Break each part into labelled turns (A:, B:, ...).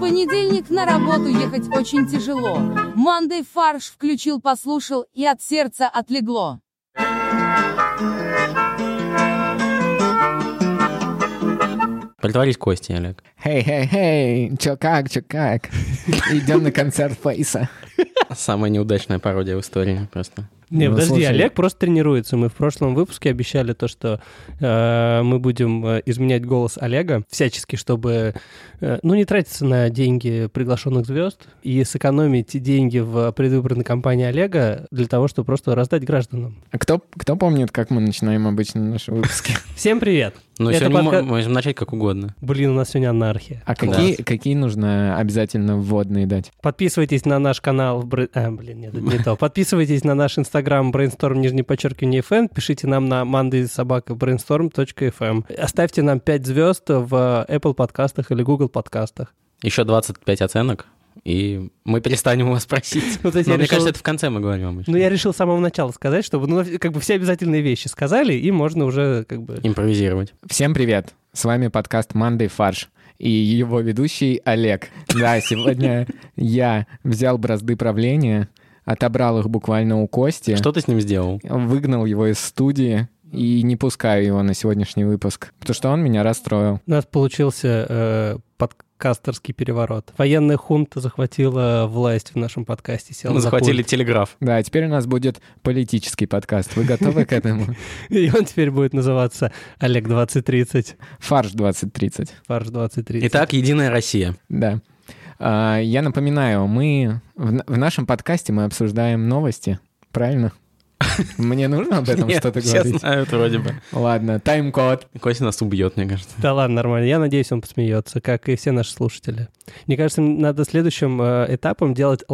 A: понедельник на работу ехать очень тяжело. Мандей фарш включил, послушал, и от сердца отлегло.
B: Притворись Кости, Олег.
C: Хей, хей, хей, чё как, чё как? Идем на концерт Фейса.
B: Самая неудачная пародия в истории просто.
D: Не,
C: Ну,
D: подожди,
C: слушай.
D: Олег просто тренируется. Мы в прошлом выпуске обещали то, что э, мы будем э, изменять голос Олега всячески, чтобы, э, ну, не тратиться на деньги приглашенных звезд и сэкономить деньги в предвыборной кампании Олега для того, чтобы просто раздать гражданам.
C: А кто, кто помнит, как мы начинаем обычно наши выпуски?
D: Всем привет!
B: Ну,
D: Это
B: сегодня мы
D: подка-
B: мо- можем начать как угодно.
D: Блин, у нас сегодня анархия.
C: А
B: Класс.
C: какие, какие нужно обязательно вводные дать?
D: Подписывайтесь на наш канал... в Бр- а, блин, нет, это не то. Подписывайтесь на наш инстаграм brainstorm, нижнее подчеркивание FM. Пишите нам на mandaysobaka.brainstorm.fm. Оставьте нам 5 звезд в Apple подкастах или Google подкастах.
B: Еще 25 оценок, и мы перестанем у вас просить.
D: Вот
B: Но
D: эти я
B: мне
D: решил-
B: кажется, это в конце мы говорим обычно.
D: Ну, я решил с самого начала сказать, чтобы, ну, как бы все обязательные вещи сказали, и можно уже, как бы...
B: Импровизировать.
C: Всем привет! С вами подкаст «Мандай фарш» и его ведущий Олег. Да, сегодня я взял бразды правления, отобрал их буквально у Кости,
B: Что ты с ним сделал?
C: выгнал его из студии и не пускаю его на сегодняшний выпуск, потому что он меня расстроил.
D: У нас получился э, подкастерский переворот. Военная хунта захватила власть в нашем подкасте. села
B: Мы
D: за
B: Ну, захватили телеграф.
C: Да, теперь у нас будет политический подкаст. Вы готовы к этому?
D: И он теперь будет называться Олег 2030,
C: Фарш 2030.
D: Фарш 2030.
B: Итак, Единая Россия.
C: Да. А, Я напоминаю, мы в на- в нашем подкасте мы обсуждаем новости, правильно? Мне нужно об этом
B: Нет,
C: что-то
B: все
C: говорить?
B: знают вроде бы.
C: Ладно, тайм-код.
B: Костя нас убьет, мне кажется.
D: Да ладно, нормально. Я надеюсь, он посмеется, как и все наши слушатели. Мне кажется, надо следующим э, этапом делать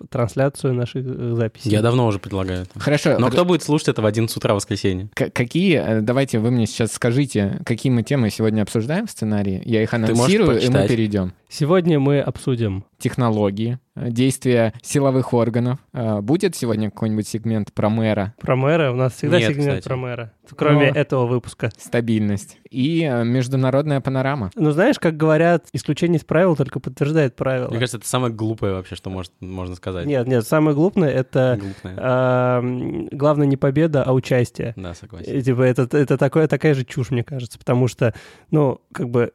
D: лайв-трансляцию наших э, записей.
B: Я давно уже предлагаю это.
C: Хорошо.
B: Но
C: р-
B: кто будет слушать это в 11 утра воскресенье?
C: к- Какие, э, давайте вы мне сейчас скажите, какие мы темы сегодня обсуждаем в сценарии. Я их
B: можешь
C: анонсирую, и мы
B: прочитать.
C: перейдем.
D: Сегодня мы обсудим.
C: Технологии, э, действия силовых органов. Э, Будет сегодня какой-нибудь сегмент про мэра,
D: Про мэра. У нас всегда
B: Нет,
D: сегмент
B: кстати. Ну.
D: про мэра. Кроме
C: Но-
D: этого выпуска.
C: стабильность и э, международная панорама?
D: Ну, знаешь, как говорят, исключение из правил только подтверждает правила.
B: Мне кажется, это самое глупое вообще, что может, можно сказать.
D: Нет, нет, самое глупное — это
B: Глупное.
D: а, м, главное не победа, а участие.
B: Да,
D: И,
B: согласен.
D: типа, это, это такое, такая же чушь, мне кажется, потому что, ну, как бы,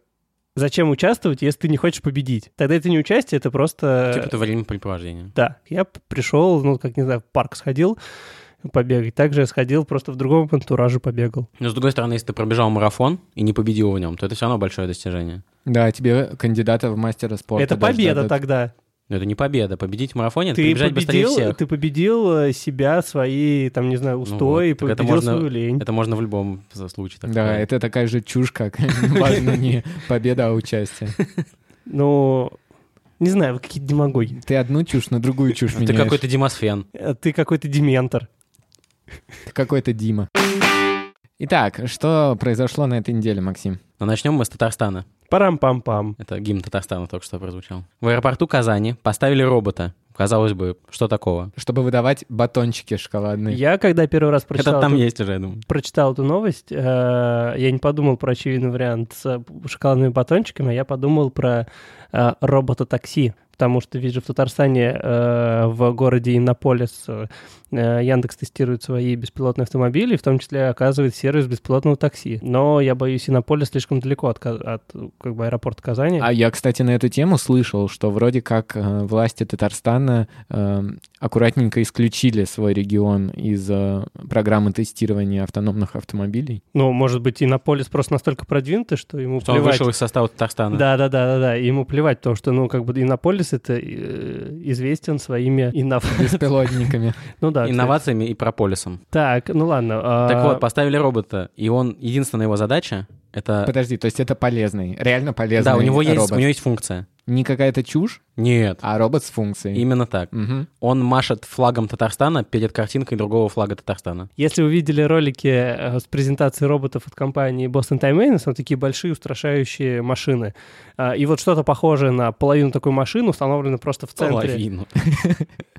D: зачем участвовать, если ты не хочешь победить? Тогда это не участие, это просто...
B: Типа это времяпрепровождение.
D: Да, я п- пришел, ну, как, не знаю, в парк сходил побегать. Также я сходил, просто в другом антураже побегал.
B: Но с другой стороны, если ты пробежал марафон и не победил в нем, то это все равно большое достижение.
C: Да, тебе кандидата в мастера спорта.
D: это
C: даже
D: победа
C: дадут.
D: тогда.
B: Но это не победа. Победить в марафоне это
D: Ты
B: прибежать быстрее
D: победил,
B: всех.
D: ты победил э, себя, свои, там, не знаю, устои,
B: Ну вот, так это
D: победил
B: можно-
D: свою лень.
B: Это можно в любом за- случае. Так
C: да,
B: сказать.
C: это такая же чушь, как важно не победа, а участие.
D: Ну, не знаю, вы какие демагоги.
C: Ты одну чушь на другую чушь
B: Ты
C: меняешь.
B: какой-то Димасфен.
D: Э, Ты какой-то дементор.
C: Ты какой-то Дима. Итак, что произошло на этой неделе, Максим?
B: Но начнем мы с Татарстана.
D: Парам-пам-пам.
B: Это гимн Татарстана только что прозвучал. В аэропорту Казани поставили робота. Казалось бы, что такого?
C: Чтобы выдавать батончики шоколадные.
D: Я, когда первый раз прочитал
B: это там
D: эту-
B: есть уже, я думаю.
D: прочитал эту новость, э, я не подумал про очевидный вариант с э, шоколадными батончиками, а я подумал про э, робота-такси, потому что, видишь, в Татарстане э, в городе Иннополис э, Яндекс тестирует свои беспилотные автомобили, в том числе оказывает сервис беспилотного такси. Но я боюсь, Иннополис слишком далеко от, Ка- от как бы, аэропорта Казани.
C: А я, кстати, на эту тему слышал, что вроде как э, власти Татарстана э, аккуратненько исключили свой регион из э, программы тестирования автономных автомобилей.
D: Ну, может быть, Иннополис просто настолько продвинутый, что ему
B: Что он
D: плевать.
B: вышел из состава Татарстана.
D: Да, да, да, да, да. Ему плевать, потому что, ну, как бы Иннополис это э, известен своими инновациями.
C: Беспилотниками.
D: Ну да. кстати.
B: Инновациями и прополисом.
D: Так, ну ладно. а,
B: Так вот, поставили робота, и он, единственная его задача, это...
C: Подожди, то есть это полезный, реально полезный
B: Да, у него, есть,
C: робот.
B: у него есть функция.
C: Не какая-то чушь,
B: Нет,
C: А робот с функцией.
B: именно так.
C: Мгм.
B: Он машет флагом Татарстана перед картинкой другого флага Татарстана.
D: Если вы видели ролики э, с презентацией роботов от компании Boston Time Maintenance, там такие большие устрашающие машины. А, И вот что-то похожее на половину такой машины установлено просто в центре,
B: Половину.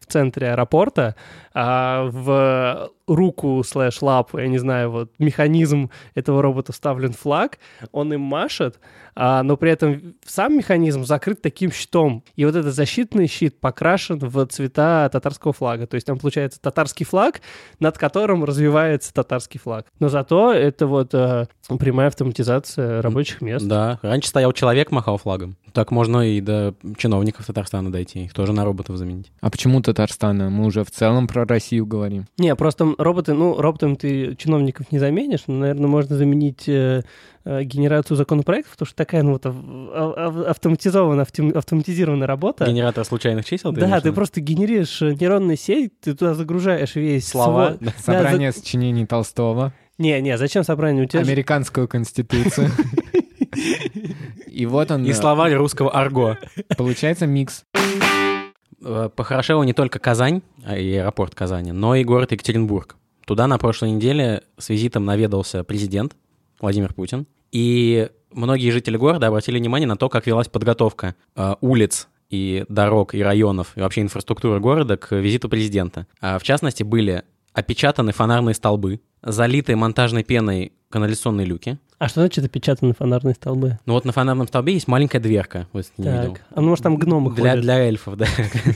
D: в центре аэропорта, а, в руку слэш лап, я не знаю, вот механизм этого робота вставлен флаг, он им машет, а, но при этом сам механизм закрыт таким щитом. И вот этот защитный щит покрашен в цвета татарского флага. То есть там получается татарский флаг, над которым развивается татарский флаг. Но зато это вот э, прямая автоматизация рабочих мест.
B: Да, раньше стоял человек, махал флагом. Так можно и до чиновников Татарстана дойти, их тоже на роботов заменить.
C: А почему Татарстана? Мы уже в целом про Россию говорим.
D: Не, просто роботы, ну, роботом ты чиновников не заменишь, но, наверное, можно заменить э, э, генерацию законопроектов, потому что такая, ну, вот ав- ав- автоматизованная, автом- автоматизированная работа.
B: Генератор случайных чисел?
D: да,
B: имеешь в
D: ты
B: виду?
D: просто генеришь э, нейронную сеть, ты туда загружаешь весь
B: Слова.
D: свой-
C: Собрание сочинений Толстого,
D: Не, не, зачем собрание у тебя? же-
C: американскую конституцию. И вот он, э,
B: И словарь русского арго.
C: получается, микс.
B: Э, Похорошела не только Казань а и аэропорт Казани, но и город Екатеринбург. Туда на прошлой неделе с визитом наведался президент Владимир Путин. И многие жители города обратили внимание на то, как велась подготовка э, улиц и дорог, и районов, и вообще инфраструктуры города к визиту президента. А в частности, были опечатаны фонарные столбы, залиты монтажной пеной канализационные люки.
D: А что значит опечатаны фонарные столбы?
B: Ну вот на фонарном столбе есть маленькая дверка. Вот если ты не видел.
D: так, а ну, может, там гномы
B: Для,
D: ходят?
B: для эльфов, да.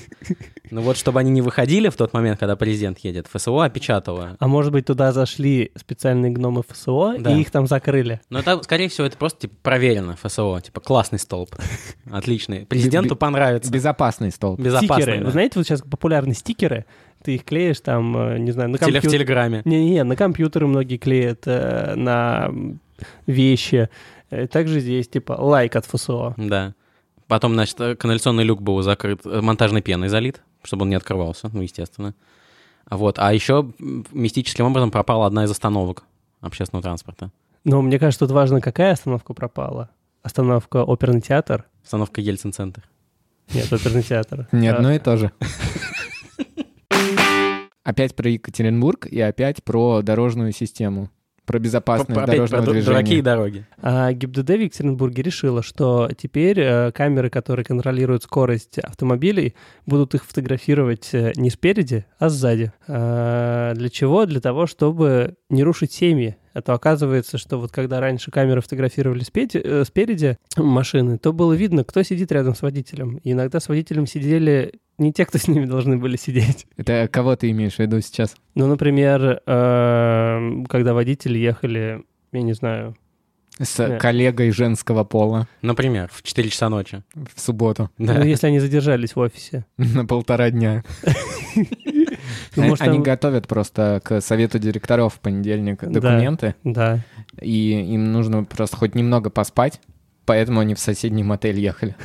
B: Ну вот, чтобы они не выходили в тот момент, когда президент едет, ФСО опечатало.
D: А может быть, туда зашли специальные гномы ФСО,
B: Да.
D: и их там закрыли?
B: Но там, скорее всего, это просто типа проверено ФСО, типа классный столб, отличный. Президенту понравится,
C: Безопасный столб.
B: безопасный.
D: стикеры.
B: да.
D: Вы знаете, вот сейчас популярны стикеры, ты их клеишь там, э, не знаю, на
B: В теле- в
D: компьютер.
B: Телеграме.
D: Не-не, на компьютеры многие клеят, э, на м, вещи. Э, Также здесь, типа, лайк от ФСО.
B: Да. Потом, значит, э, канализационный люк был закрыт, э, монтажной пеной залит, чтобы он не открывался, ну, естественно. А Вот. А еще м, мистическим образом пропала одна из остановок общественного транспорта.
D: Но мне кажется, тут важно, какая остановка пропала. Остановка оперный театр?
B: Остановка Ельцин-центр.
D: Нет, оперный театр.
C: Не
D: А,
C: одно и то же. Опять про Екатеринбург и опять про дорожную систему. Про безопасность
B: Опять
C: дорожного
B: про ду- дураки и
C: движения.
B: дороги.
D: А ГИБДД в Екатеринбурге решила, что теперь э, камеры, которые контролируют скорость автомобилей, будут их фотографировать э, не спереди, а сзади. А, Для чего? Для того, чтобы не рушить семьи. А то оказывается, что вот когда раньше камеры фотографировали спеди- э, спереди машины, то было видно, кто сидит рядом с водителем. И иногда с водителем сидели не те, кто с ними должны были сидеть.
C: Это кого ты имеешь в виду сейчас?
D: Ну, например, эм, когда водители ехали, я не знаю,
C: С
D: Да.
C: коллегой женского пола
B: Например, в 4 часа ночи.
C: в субботу
B: Да.
D: ну, если они задержались в офисе.
C: на полтора дня.
D: Ну,
C: А-
D: может,
C: Они
D: там-
C: готовят просто к совету директоров в понедельник
D: Да.
C: документы,
D: Да.
C: и им нужно просто хоть немного поспать, поэтому они в соседний мотель ехали.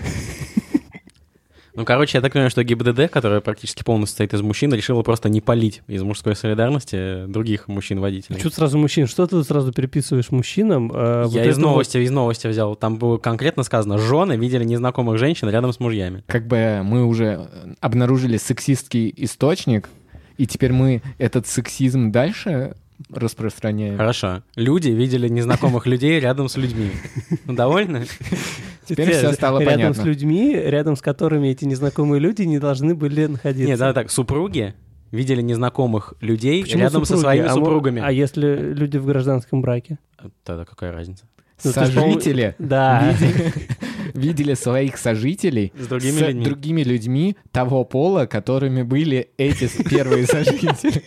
B: Ну, короче, я так понимаю, что ГИБДД, которая практически полностью состоит из мужчин, решила просто не палить из мужской солидарности э, других мужчин-водителей.
D: Чего сразу мужчин? Что Ну, ты тут сразу переписываешь мужчинам? Э, вот
B: Я
D: это
B: из
D: вот-
B: новости, из новости взял. Там было конкретно сказано, жены видели незнакомых женщин рядом с мужьями.
C: Как бы мы уже э, обнаружили сексистский источник, и теперь мы этот сексизм дальше распространяем.
B: Хорошо. Люди видели незнакомых людей рядом с людьми. Ну, Довольны?
C: Теперь всё стало
D: рядом
C: понятно.
D: с людьми, рядом с которыми эти незнакомые люди не должны были находиться.
B: Нет, давай так, супруги видели незнакомых людей
D: Почему
B: рядом со
D: супруги?
B: своими
D: А мо-
B: супругами.
D: А если люди в гражданском браке?
B: Тогда какая разница?
D: Ну, ты ж
C: Сожители
D: Да.
C: видели своих сожителей
B: С другими
C: с
B: людьми.
C: другими людьми того пола, которыми были эти с- первые сожители.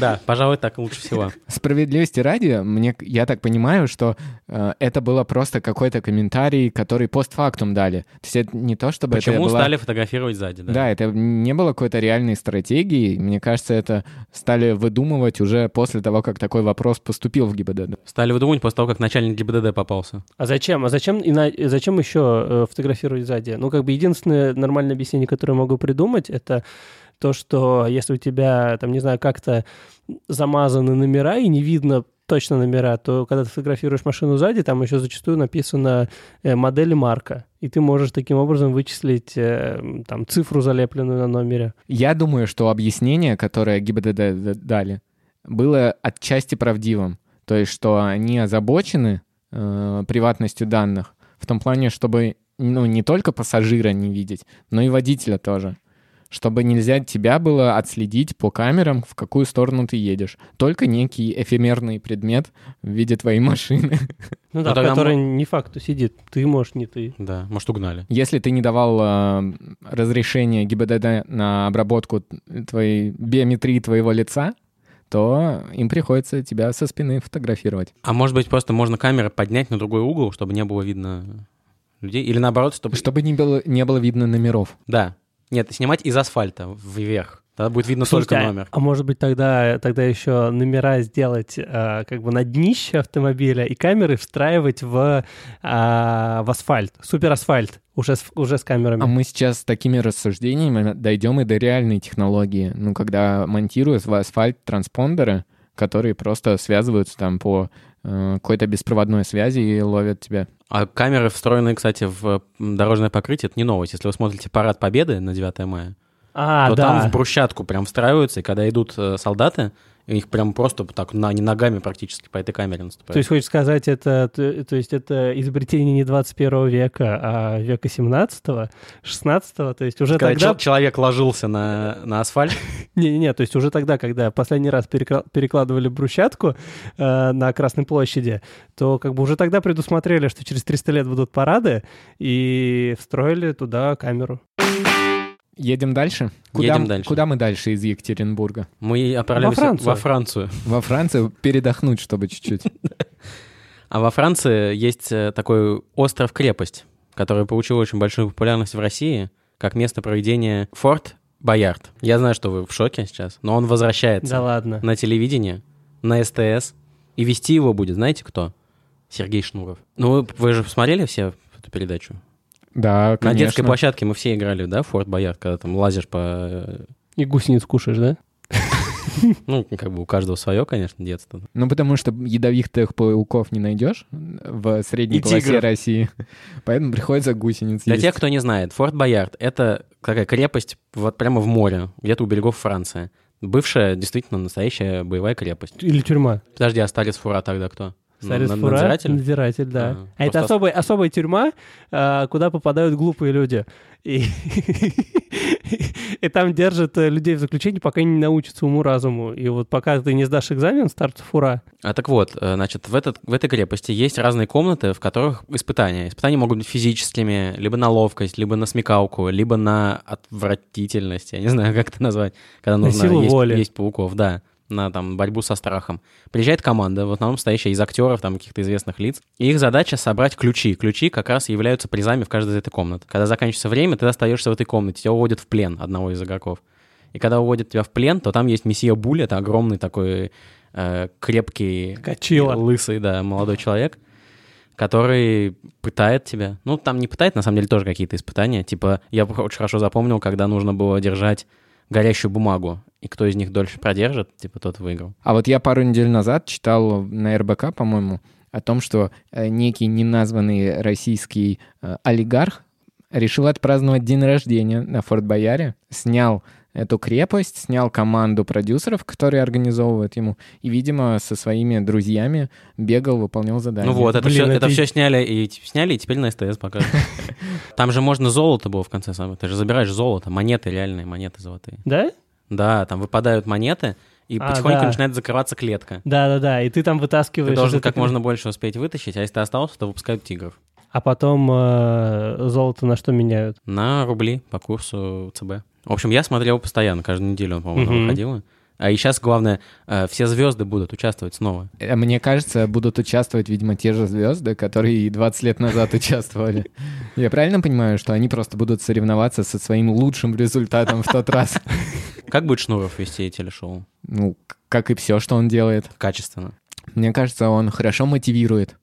B: Да, пожалуй, так лучше всего.
C: Справедливости ради, мне, к- я так понимаю, что э, это было просто какой-то комментарий, который постфактум дали. То есть это не то, чтобы это
B: Почему
C: была-
B: стали фотографировать сзади?
C: Да, это не было какой-то реальной стратегии. Мне кажется, это стали выдумывать уже после того, как такой вопрос поступил в ГИБДД.
B: Стали выдумывать после того, как начальник ГИБДД попался.
D: А зачем? А зачем, и на- и зачем еще э, фотографировать сзади? Ну, как бы единственное нормальное объяснение, которое могу придумать, это то, что если у тебя, там, не знаю, как-то замазаны номера и не видно точно номера, то когда ты фотографируешь машину сзади, там еще зачастую написано э, модель и марка. И ты можешь таким образом вычислить э, там цифру, залепленную на номере.
C: Я думаю, что объяснение, которое ГИБДД д- дали, было отчасти правдивым. То есть, что они озабочены э, приватностью данных в том плане, чтобы ну, не только пассажира не видеть, но и водителя тоже. Чтобы нельзя тебя было отследить по камерам, в какую сторону ты едешь. Только некий эфемерный предмет в виде твоей машины.
D: Ну
B: Ну,
D: да, в
B: тогда
D: которой не факту сидит. Ты можешь, не ты.
B: Да, может, угнали.
C: Если ты не давал э, разрешение ГИБДД на обработку твоей биометрии твоего лица, то им приходится тебя со спины фотографировать.
B: А может быть, просто можно камеры поднять на другой угол, чтобы не было видно людей? Или наоборот, чтобы...
C: Чтобы не было, не было видно номеров.
B: Да. Нет, снимать из асфальта вверх. Тогда будет видно
D: Слушайте,
B: Ну, только
D: а-
B: номер.
D: А, может быть, тогда, тогда еще номера сделать э, как бы на днище автомобиля и камеры встраивать в, а, в асфальт, суперасфальт уже с, уже с камерами.
C: А мы сейчас с такими рассуждениями дойдем и до реальной технологии. Ну, когда монтируют в асфальт транспондеры, которые просто связываются там по э, какой-то беспроводной связи и ловят тебя.
B: А камеры, встроенные, кстати, в м, дорожное покрытие, это не новость. Если вы смотрите «Парад Победы» на 9 мая,
D: А,
B: то
D: да.
B: там в брусчатку прям встраиваются, и когда идут э, солдаты, у них прям просто так, на, они ногами практически по этой камере наступают.
D: То есть, хочешь сказать, это, то, то есть, это изобретение не 21 века, а века 17 16 то есть уже
B: когда
D: тогда...
B: чел- человек ложился на, на асфальт,
D: Не-не-не, то есть уже тогда, когда последний раз перекра- перекладывали брусчатку э, на Красной площади, то как бы уже тогда предусмотрели, что через 300 лет будут парады, и встроили туда камеру.
C: Едем дальше?
B: Едем дальше.
C: Куда мы дальше из Екатеринбурга?
B: мы отправляемся
D: Францию.
B: во Францию.
C: Во Францию передохнуть, чтобы чуть-чуть.
B: А во Франции есть э, такой остров-крепость, который получил очень большую популярность в России как место проведения Форт Боярд. Я знаю, что вы в шоке сейчас, но он возвращается
D: Да ладно.
B: на телевидение, на СТС. И вести его будет, знаете кто? Сергей Шнуров. Ну, вы, вы же посмотрели все эту передачу?
C: Да,
B: На детской
C: конечно.
B: площадке мы все играли, да, в Форт Боярд, когда там лазишь по... э,
D: И гусениц кушаешь, да?
B: Ну, как бы у каждого свое, конечно, детство.
C: Ну, потому что ядовитых пауков не найдешь в средней
D: И
C: полосе
D: тигров.
C: России. Поэтому приходится гусениц
B: Для
C: есть.
B: тех, кто не знает, Форт Боярд — это такая крепость вот прямо в море, где-то у берегов Франции. Бывшая, действительно, настоящая боевая крепость.
D: Или тюрьма.
B: Подожди, а Сталис Фура тогда кто?
D: Старец
B: Н-
D: Фура,
B: надзиратель?
D: Ну, надзиратель, да.
B: А,
D: А, это
B: просто-
D: особая, особая тюрьма, а, куда попадают глупые люди. И, и там держат э, людей в заключении, пока они не научатся уму-разуму. И вот пока ты не сдашь экзамен, старцу фура,
B: А так вот, э, значит, в, этот, в этой крепости есть разные комнаты, в которых испытания. Испытания могут быть физическими, либо на ловкость, либо на смекалку, либо на отвратительность, я не знаю, как это назвать, когда
D: На
B: нужно
D: силу
B: есть,
D: воли.
B: есть пауков, да, на там борьбу со страхом. Приезжает команда, в основном состоящая из актеров, там каких-то известных лиц, и их задача собрать ключи. Ключи как раз являются призами в каждой из этой комнат. Когда заканчивается время, ты остаешься в этой комнате, тебя уводят в плен одного из игроков. И когда уводят тебя в плен, то там есть месье Буль, это огромный такой э, крепкий,
D: Качила.
B: лысый, да, молодой человек, который пытает тебя. Ну, там не пытает, на самом деле, тоже какие-то испытания. Типа, я очень хорошо запомнил, когда нужно было держать горящую бумагу, и кто из них дольше продержит, типа, тот выиграл.
C: А вот я пару недель назад читал на РБК, по-моему, о том, что э, некий неназванный российский э, олигарх решил отпраздновать день рождения на Форт Бояре, снял эту крепость, снял команду продюсеров, которые организовывают ему, и, видимо, со своими друзьями бегал, выполнял задания.
B: ну вот, это, все,
D: блин,
B: это
D: это и-
B: все сняли и т- сняли, и теперь на СТС покажут. Там же можно золото было в конце самое. Ты же забираешь золото, монеты реальные, монеты золотые.
D: Да?
B: Да, там выпадают монеты, и
D: А,
B: потихоньку
D: да.
B: начинает закрываться клетка.
D: Да-да-да, и ты там вытаскиваешь...
B: Ты должен
D: из этой
B: как можно больше успеть вытащить, а если ты остался, то выпускают тигров.
D: кни- А потом э, золото на что меняют?
B: На рубли по курсу ЦБ. В общем, я смотрел постоянно, каждую неделю, по-моему,
D: Мгм.
B: она выходила. А и сейчас, главное, э, все звезды будут участвовать снова.
C: Э, Мне кажется, будут участвовать, видимо, те же звезды, которые и 20 лет назад участвовали. Я правильно понимаю, что они просто будут соревноваться со своим лучшим результатом в тот раз?
B: Как будет Шнуров вести телешоу?
C: Ну, к- как и все, что он делает.
B: Качественно.
C: Мне кажется, он хорошо мотивирует.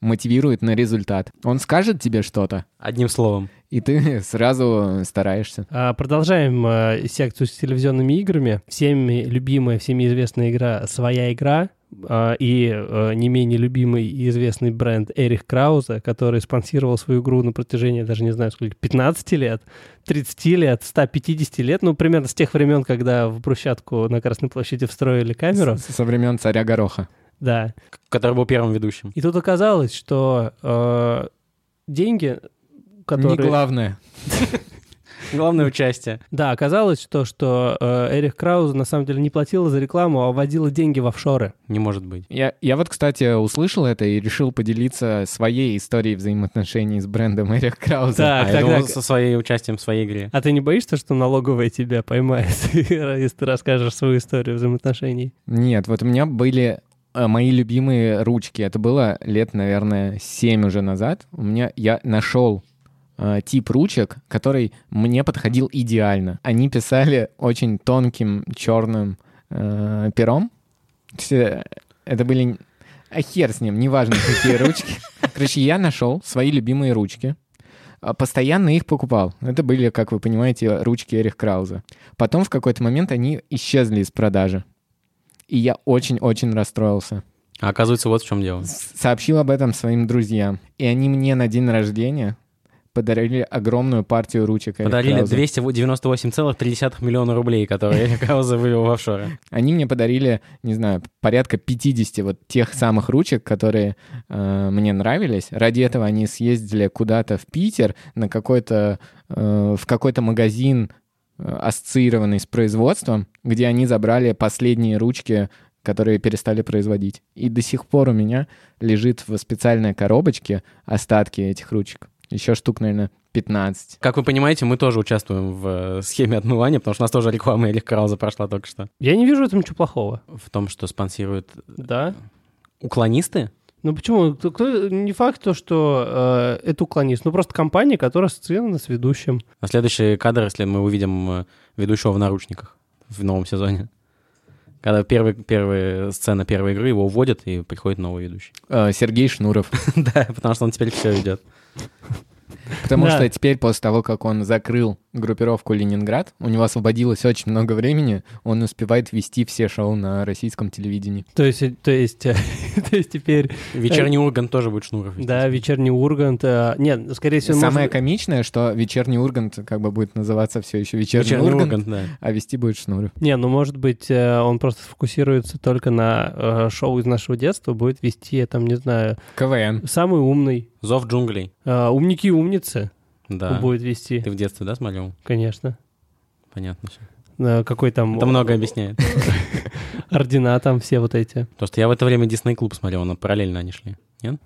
C: Мотивирует на результат. Он скажет тебе что-то,
B: Одним словом.
C: И ты сразу стараешься.
D: А, Продолжаем э, секцию с телевизионными играми. Всеми любимая, всеми известная игра «Своя игра» а, и э, не менее любимый и известный бренд Эрих Крауза, который спонсировал свою игру на протяжении, я даже не знаю, сколько, 15 лет, 30 лет, 150 лет, ну, примерно с тех времен, когда в брусчатку на Красной площади встроили камеру.
C: С- Со времен царя Гороха.
D: Да.
B: который был первым ведущим.
D: И тут оказалось, что э, деньги, которые...
C: Не главное.
B: Главное участие.
D: Да, оказалось, что, что э, Эрих Крауз на самом деле не платила за рекламу, а вводила деньги в офшоры.
B: Не может быть.
C: Я, я вот, кстати, услышал это и решил поделиться своей историей взаимоотношений с брендом Эрик Крауза.
D: Так,
B: а я
D: так,
B: думал,
D: так.
B: со своей участием в своей игре.
D: А ты не боишься, что налоговая тебя поймает, если ты расскажешь свою историю взаимоотношений?
C: Нет, вот у меня были э, мои любимые ручки. Это было лет, наверное, 7 уже назад. У меня я нашел э, тип ручек, который мне подходил идеально. Они писали очень тонким черным э, пером. То есть, э, Это были... А хер с ним, неважно, какие ручки. Короче, я нашел свои любимые ручки. А, Постоянно их покупал. Это были, как вы понимаете, ручки Эрих Крауза. Потом в какой-то момент они исчезли из продажи. И я очень-очень расстроился.
B: А оказывается, вот в чем дело.
C: С- Сообщил об этом своим друзьям. И они мне на день рождения подарили огромную партию ручек Эрих
B: Подарили
C: Крауза.
B: 298,3 миллиона рублей, которые Эрик Хауза вывел в офшоры.
C: Они мне подарили, не знаю, порядка 50 вот тех самых ручек, которые э, мне нравились. Ради этого они съездили куда-то в Питер на какой-то, э, в какой-то магазин, э, ассоциированный с производством, где они забрали последние ручки, которые перестали производить. И до сих пор у меня лежит в специальной коробочке остатки этих ручек. Еще штук, наверное, 15.
B: Как вы понимаете, мы тоже участвуем в э, схеме отмывания, потому что у нас тоже реклама Эрик Крауза прошла только что.
D: Я не вижу в этом ничего плохого.
B: В том, что спонсируют
D: Да?
B: уклонисты?
D: Ну почему? Кто- кто- Не факт то, что э, это уклонист, ну просто компания, которая ассоциирована с ведущим.
B: На следующий кадр, А если мы увидим э, ведущего в наручниках в новом сезоне. Когда первый, первая сцена первой игры, его уводят, и приходит новый ведущий.
C: Э, Сергей Шнуров.
B: Да, потому что он теперь все ведет.
C: Потому
D: Да.
C: что теперь, после того, как он закрыл группировку Ленинград, у него освободилось очень много времени, он успевает вести все шоу на российском телевидении.
D: То есть, э, то есть, э, то есть теперь,
B: Вечерний Ургант тоже будет Шнуров.
D: да, вечерний Ургант. э, Нет, скорее всего,
C: Самое
D: может-
C: комичное, что вечерний Ургант как бы будет называться все еще вечерний,
B: Вечерний
C: Ургант,
B: Ургант, да.
C: а вести будет Шнуров.
D: Не, ну может быть, э, он просто сфокусируется только на э, шоу из нашего детства, будет вести, я там, не знаю,
C: КВН.
D: самый умный,
B: Зов джунглей.
D: э, умники и умницы
B: Да.
D: будет вести,
B: Ты в детстве, да, смотрел?
D: конечно.
B: Понятно все.
D: Э, какой там
B: Это многое объясняет.
D: ордена там все вот эти.
B: То, что я в это время Дисней Клуб смотрел, но параллельно они шли.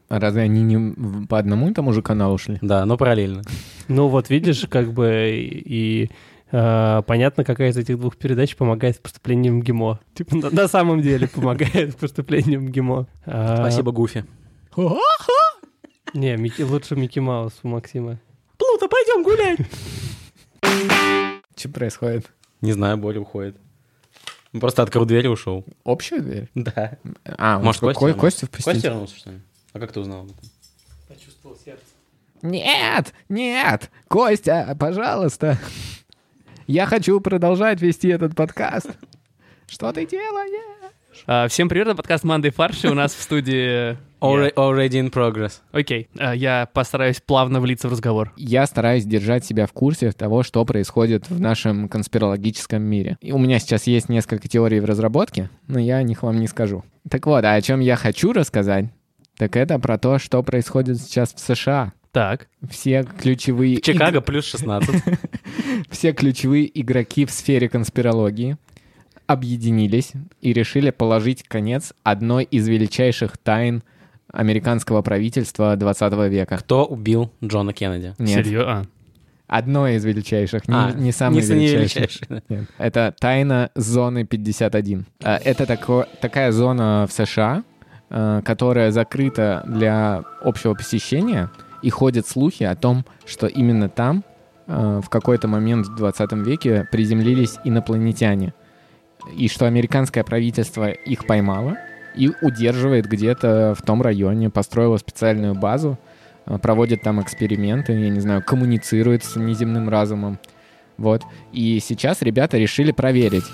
C: А разве они не в- по одному и тому же каналу шли?
B: Да, но параллельно.
D: Ну вот видишь, как бы и э, понятно, какая из этих двух передач помогает с поступлением в ГИМО. Типа на, на самом деле помогает с поступлением в ГИМО. А,
B: Спасибо, Гуфи.
D: Не, Микки- лучше Микки Маус у Максима.
B: Плута, пойдем гулять!
C: Что происходит?
B: Не знаю, Боря уходит. Он Просто открыл дверь и ушел.
C: Общая дверь?
B: Да.
C: А,
B: Может, Костя
C: Костя,
B: вернулся?
C: Костя впустить?
B: Костя вернулся, что ли? А как ты узнал об этом?
D: Почувствовал сердце.
C: Нет, нет, Костя, пожалуйста. Я хочу продолжать вести этот подкаст. Что ты делаешь?
E: А, Всем привет, это подкаст «Манды фарши» у нас в студии...
B: Alre-
E: Я.
B: Already in progress.
E: Окей, а, я постараюсь плавно влиться в разговор.
C: я стараюсь держать себя в курсе того, что происходит в нашем конспирологическом мире. И у меня сейчас есть несколько теорий в разработке, но я о них вам не скажу. Так вот, а о чем я хочу рассказать, так это про то, что происходит сейчас в США.
E: Так,
C: Все ключевые, иг-
B: Чикаго плюс 16.
C: все ключевые игроки в сфере конспирологии объединились и решили положить конец одной из величайших тайн американского правительства 20 века.
B: Кто убил Джона Кеннеди?
C: Нет,
E: серьезно?
C: одной из величайших, не,
B: А,
C: не самый
B: не
C: величайший.
B: величайший.
C: Нет. Это тайна зоны 51. А, Это тако- такая зона в США, э, которая закрыта для общего посещения, и ходят слухи о том, что именно там э, в какой-то момент в 20 веке приземлились инопланетяне, и что американское правительство их поймало и удерживает где-то в том районе, построило специальную базу, э, э, проводит там эксперименты, я не знаю, коммуницирует с неземным разумом. Вот. И сейчас ребята решили проверить.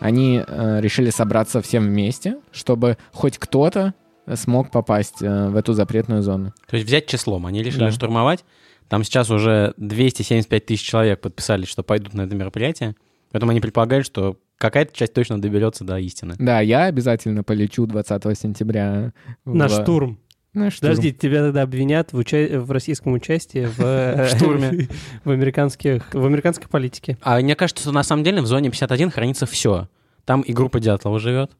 C: Они э, решили собраться всем вместе, чтобы хоть кто-то смог попасть э, в эту запретную зону.
B: То есть взять числом. Они решили
C: Да.
B: штурмовать. Там сейчас уже 275 тысяч человек подписались, что пойдут на это мероприятие. Поэтому они предполагают, что какая-то часть точно доберется до истины.
C: Да, я обязательно полечу 20 сентября. в-
D: На штурм.
C: На штурм.
D: Подожди, тебя тогда обвинят в, уча- в российском участии в, э,
B: штурме.
D: в, американских, в американской политике.
B: А мне кажется, что на самом деле в зоне 51 хранится все. Там и группа Дятлова живет,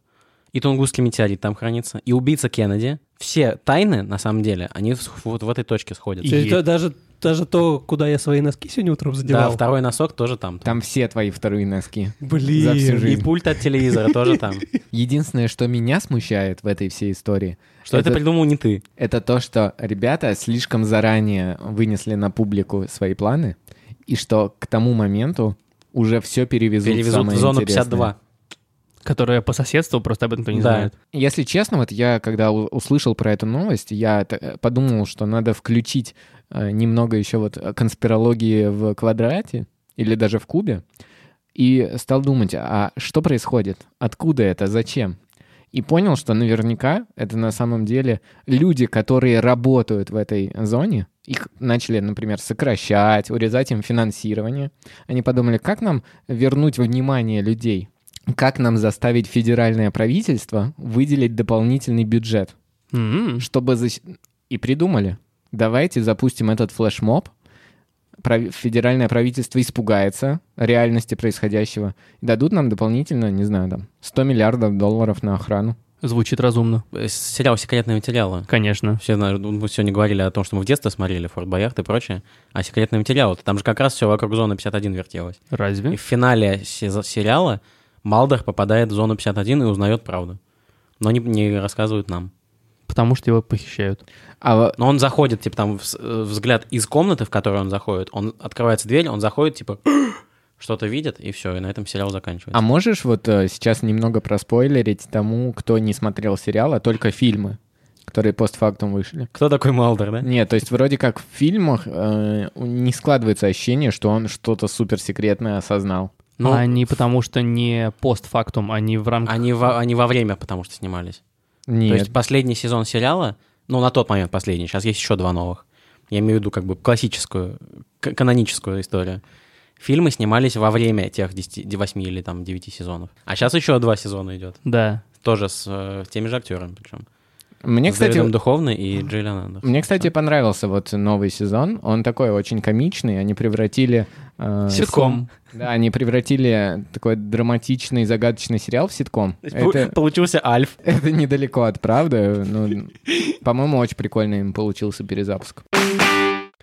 B: и Тунгусский метеорит там хранится, и убийца Кеннеди. Все тайны, на самом деле, они с- вот в этой точке сходятся.
D: То есть
B: И-
D: да- даже, даже то, куда я свои носки сегодня утром
B: Да,
D: задевал.
B: второй носок тоже там.
C: Там все твои вторые носки.
D: Блин.
C: за всю
B: И
C: жизнь.
B: пульт от телевизора тоже там.
C: Единственное, что меня смущает в этой всей истории,
B: Что это
C: Это-
B: придумал не ты.
C: это то, что ребята слишком заранее вынесли на публику свои планы, и что к тому моменту уже все перевезут,
B: Перевезут в
C: самое
B: зону
C: интересное.
B: 52.
E: Которая по соседству, просто об этом никто не
B: Да.
E: знает.
C: Если честно, вот я, когда у- услышал про эту новость, я т- подумал, что надо включить э, немного еще вот э, конспирологии в квадрате или даже в кубе, и стал думать, а что происходит, откуда это, зачем? И понял, что наверняка это на самом деле люди, которые работают в этой зоне, их начали, например, сокращать, урезать им финансирование. Они подумали, как нам вернуть внимание людей как нам заставить федеральное правительство выделить дополнительный бюджет,
E: М-м.
C: чтобы защ- и придумали. Давайте запустим этот флешмоб. Прави- Федеральное правительство испугается реальности происходящего. Дадут нам дополнительно, не знаю, там 100 миллиардов долларов на охрану.
E: Звучит разумно.
B: Э, Сериал «Секретные материалы».
E: Конечно.
B: Все, знают, ну, мы сегодня говорили о том, что мы в детстве смотрели «Форт Боярд» и прочее, а «Секретные материалы» там же как раз все вокруг зоны 51 вертелось. И
E: Разве?
B: в финале се- сериала Малдер попадает в зону 51 и узнает правду. Но не, не рассказывают нам.
E: Потому что его похищают.
C: А во-
B: Но он заходит, типа, там вс- э, взгляд из комнаты, в которую он заходит, он открывается дверь, он заходит, типа, что-то видит, и все, и на этом сериал заканчивается.
C: А можешь вот э, сейчас немного проспойлерить тому, кто не смотрел сериал, а только фильмы, которые постфактум вышли?
B: Кто такой Малдер, да?
C: Нет, то есть вроде как в фильмах э, не складывается ощущение, что он что-то суперсекретное осознал.
B: Ну,
E: они А потому что не постфактум, они в рамках...
B: они, во, они во время, потому что снимались.
C: Нет.
B: То есть последний сезон сериала, ну, на тот момент последний, сейчас есть еще два новых. Я имею в виду как бы классическую, к- каноническую историю. Фильмы снимались во время тех 10, 8 или там 9 сезонов. А сейчас еще два сезона идет.
E: Да.
B: Тоже с э, теми же актерами причем.
C: Мне,
B: с
C: кстати,
B: Дэвидом Духовны и Джейлен Андерсон.
C: мне, кстати, понравился вот новый сезон. Он такой очень комичный. Они превратили... э,
E: Ситком.
C: Да, они превратили такой драматичный, загадочный сериал в ситком. Это,
B: Получился Альф.
C: это недалеко от правды. но, по-моему, очень прикольно им получился перезапуск.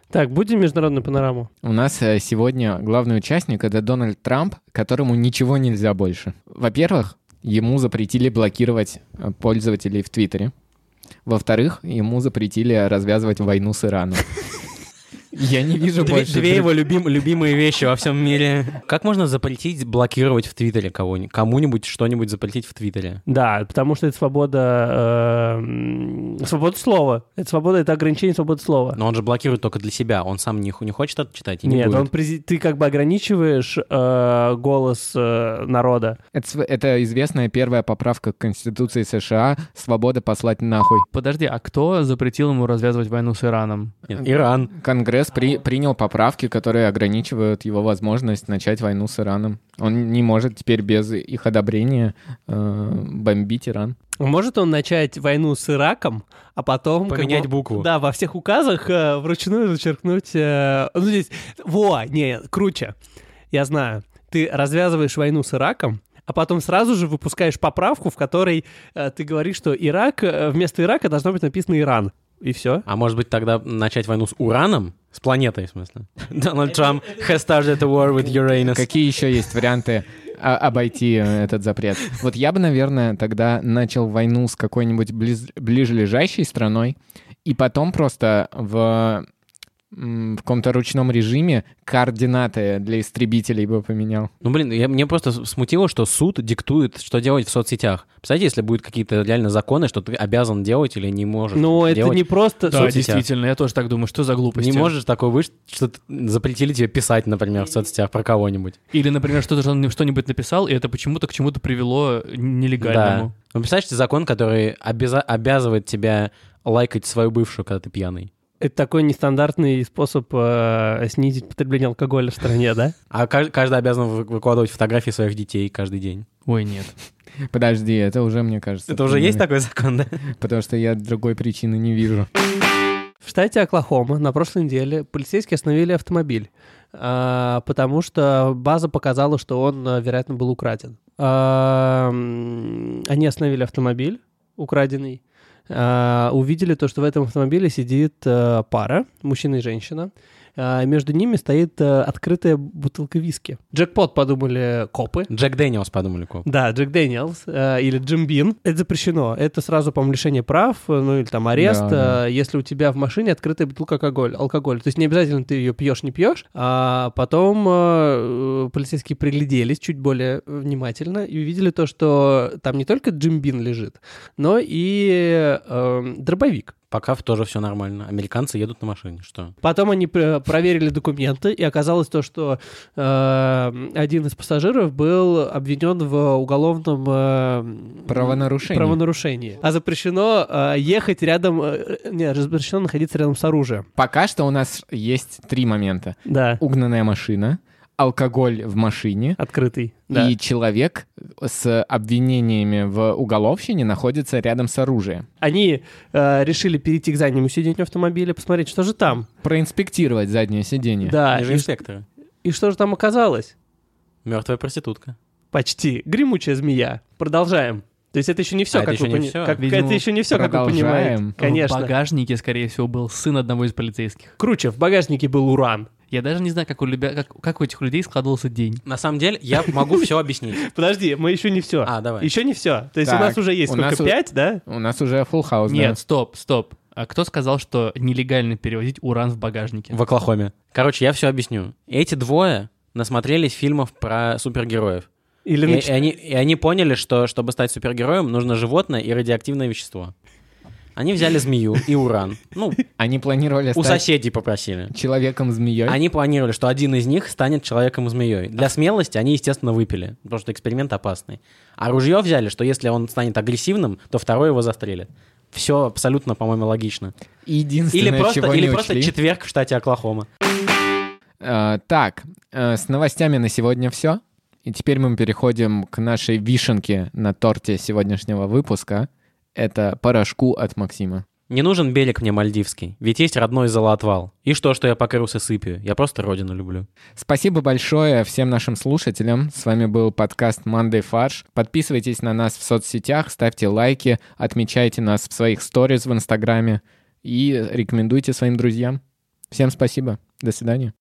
D: Так, будем международную панораму.
C: У нас э, сегодня главный участник — это Дональд Трамп, которому ничего нельзя больше. Во-первых, ему запретили блокировать э, пользователей в Твиттере. Во-вторых, ему запретили развязывать войну с Ираном. Я не вижу
B: Две,
C: больше...
B: две
C: друг-
B: его любим- любимые вещи во всем мире. Как можно запретить блокировать в Твиттере кого-нибудь? Кому-нибудь что-нибудь запретить в Твиттере?
D: Да, потому что это свобода... э, м, свобода слова. Это свобода, это ограничение свободы слова.
B: Типа, Но он же блокирует только для себя. Он сам не, ху- не хочет это читать и не
D: Нет,
B: будет.
D: он прези- ты как бы ограничиваешь э, голос э, народа.
C: Это св- Это известная первая поправка к Конституции США — свобода послать нахуй.
E: Подожди, а кто запретил ему развязывать войну с Ираном?
B: Нет, Иран.
C: Конгресс при- принял поправки, которые ограничивают его возможность начать войну с Ираном. Он не может теперь без их одобрения э, бомбить Иран.
D: Может он начать войну с Ираком, а потом... как
B: Поменять
D: бы-
B: букву.
D: Да, во всех указах э, вручную зачеркнуть... э, ну, здесь... Во, не, круче. Я знаю. Ты развязываешь войну с Ираком, а потом сразу же выпускаешь поправку, в которой э, ты говоришь, что Ирак... э, вместо Ирака должно быть написано Иран. И все.
B: А может быть тогда начать войну с Ураном? С планетой, в смысле. Дональд Трамп has started a war with Uranus.
C: Какие еще есть варианты а, обойти э, этот запрет? Вот я бы, наверное, тогда начал войну с какой-нибудь близ- ближележащей страной, и потом просто в м, в каком-то ручном режиме координаты для истребителей бы поменял.
B: Ну, блин, я, мне просто с- смутило, что суд диктует, что делать в соцсетях. Представляете, если будут какие-то реально законы, что ты обязан делать или не можешь
D: Ну, это
B: делать.
D: не просто...
B: Да,
D: Слушай,
B: соцсетях. действительно,
E: я тоже так думаю, что за глупость.
B: Не можешь такое выйти, что т- запретили тебе писать, например, в соцсетях про кого-нибудь.
E: Или, например, что-то что он что-нибудь написал, и это почему-то к чему-то привело нелегальному.
B: Да. Ну, представляешь, закон, который обяза- обязывает тебя лайкать свою бывшую, когда ты пьяный.
D: Это такой нестандартный способ э, снизить потребление алкоголя в стране, да?
B: А ка- каждый обязан вы- выкладывать фотографии своих детей каждый день.
E: Ой, нет.
C: Подожди, это уже, мне кажется...
B: Это уже есть такой
C: придумали,
B: закон, да?
C: Потому что я другой причины не вижу.
D: В штате Оклахома на прошлой неделе полицейские остановили автомобиль, а, потому что база показала, что он, а, вероятно, был украден. А, м, Они остановили автомобиль, украденный, а, увидели то, что в этом автомобиле сидит а, пара, мужчина и женщина. А, Между ними стоит а, открытая бутылка виски. Джекпот, подумали копы.
B: Джек Дэниелс, подумали, коп.
D: Да, Джек Дэниелс э, или Джим Бин. Это запрещено. Это сразу, по-моему, лишение прав, э, ну или там арест,
C: Да, да.
D: э, если у тебя в машине открытая бутылка алкоголь, алкоголя. То есть не обязательно ты ее пьешь, не пьешь. А потом э, э, полицейские пригляделись чуть более внимательно и увидели то, что там не только Джим Бин лежит, но и э, дробовик.
B: Пока в- тоже все нормально. Американцы едут на машине, что?
D: Потом они пр- проверили документы, и оказалось то, что э, один из пассажиров был обвинен в уголовном э,
C: Правонарушение.
D: правонарушении. А запрещено э, ехать рядом, э, не, запрещено находиться рядом с оружием.
C: Пока что у нас есть три момента.
D: Да,
C: Угнанная машина, алкоголь в машине
D: открытый. Да.
C: и человек с обвинениями в уголовщине находится рядом с оружием.
D: Они э, решили перейти к заднему сиденью автомобиля, посмотреть, что же там.
C: Проинспектировать заднее сиденье.
D: Да,
B: Они же
D: и,
B: инспекторы.
D: и что же там оказалось?
B: Мертвая проститутка.
D: Почти. Гремучая змея. Продолжаем. То есть это еще не все,
B: А, это
D: как,
B: еще
D: вы
B: не
D: пони-
B: всё.
D: как-
E: Видимо, Ну,
D: это еще не все, как вы понимаете.
C: продолжаем.
E: В
D: Конечно.
E: багажнике, скорее всего, был сын одного из полицейских.
D: Круче, в багажнике был уран.
E: Я даже не знаю, как у, любя- как, как у этих людей складывался день.
B: На самом деле, я могу все объяснить.
D: Подожди, мы еще не все.
B: А, давай.
D: Еще не все. То есть
C: Так,
D: у нас уже есть
C: у
D: сколько,
C: нас у-
D: пять, да?
C: У нас уже full house, да?
E: Нет, стоп, стоп. А кто сказал, что нелегально перевозить уран в багажнике?
B: В Оклахоме. Короче, я все объясню. Эти двое насмотрелись фильмов про супергероев.
D: Или
B: И,
D: на
B: и они, и они поняли, что чтобы стать супергероем, нужно животное и радиоактивное вещество. Они взяли змею и уран. Ну,
C: Они планировали
B: у
C: стать
B: соседей попросили.
C: человеком-змеей.
B: Они планировали, что один из них станет человеком-змеей. Для смелости они, естественно, выпили, потому что эксперимент опасный. А ружье взяли, что если он станет агрессивным, то второй его застрелит. Все абсолютно, по-моему, логично.
C: Единственное,
B: Или просто,
C: ну, чего
B: или
C: не
B: просто
C: учли-
B: четверг в штате Оклахома.
C: Э, так, э, с новостями на сегодня все. И теперь мы переходим к нашей вишенке на торте сегодняшнего выпуска. Это порошку от Максима.
B: Не нужен белик мне мальдивский, ведь есть родной золоотвал. И что, что я покрылся сыпью? Я просто родину люблю.
C: Спасибо большое всем нашим слушателям. С вами был подкаст Monday Фарш. Подписывайтесь на нас в соцсетях, ставьте лайки, отмечайте нас в своих сториз в Инстаграме и рекомендуйте своим друзьям. Всем спасибо. До свидания.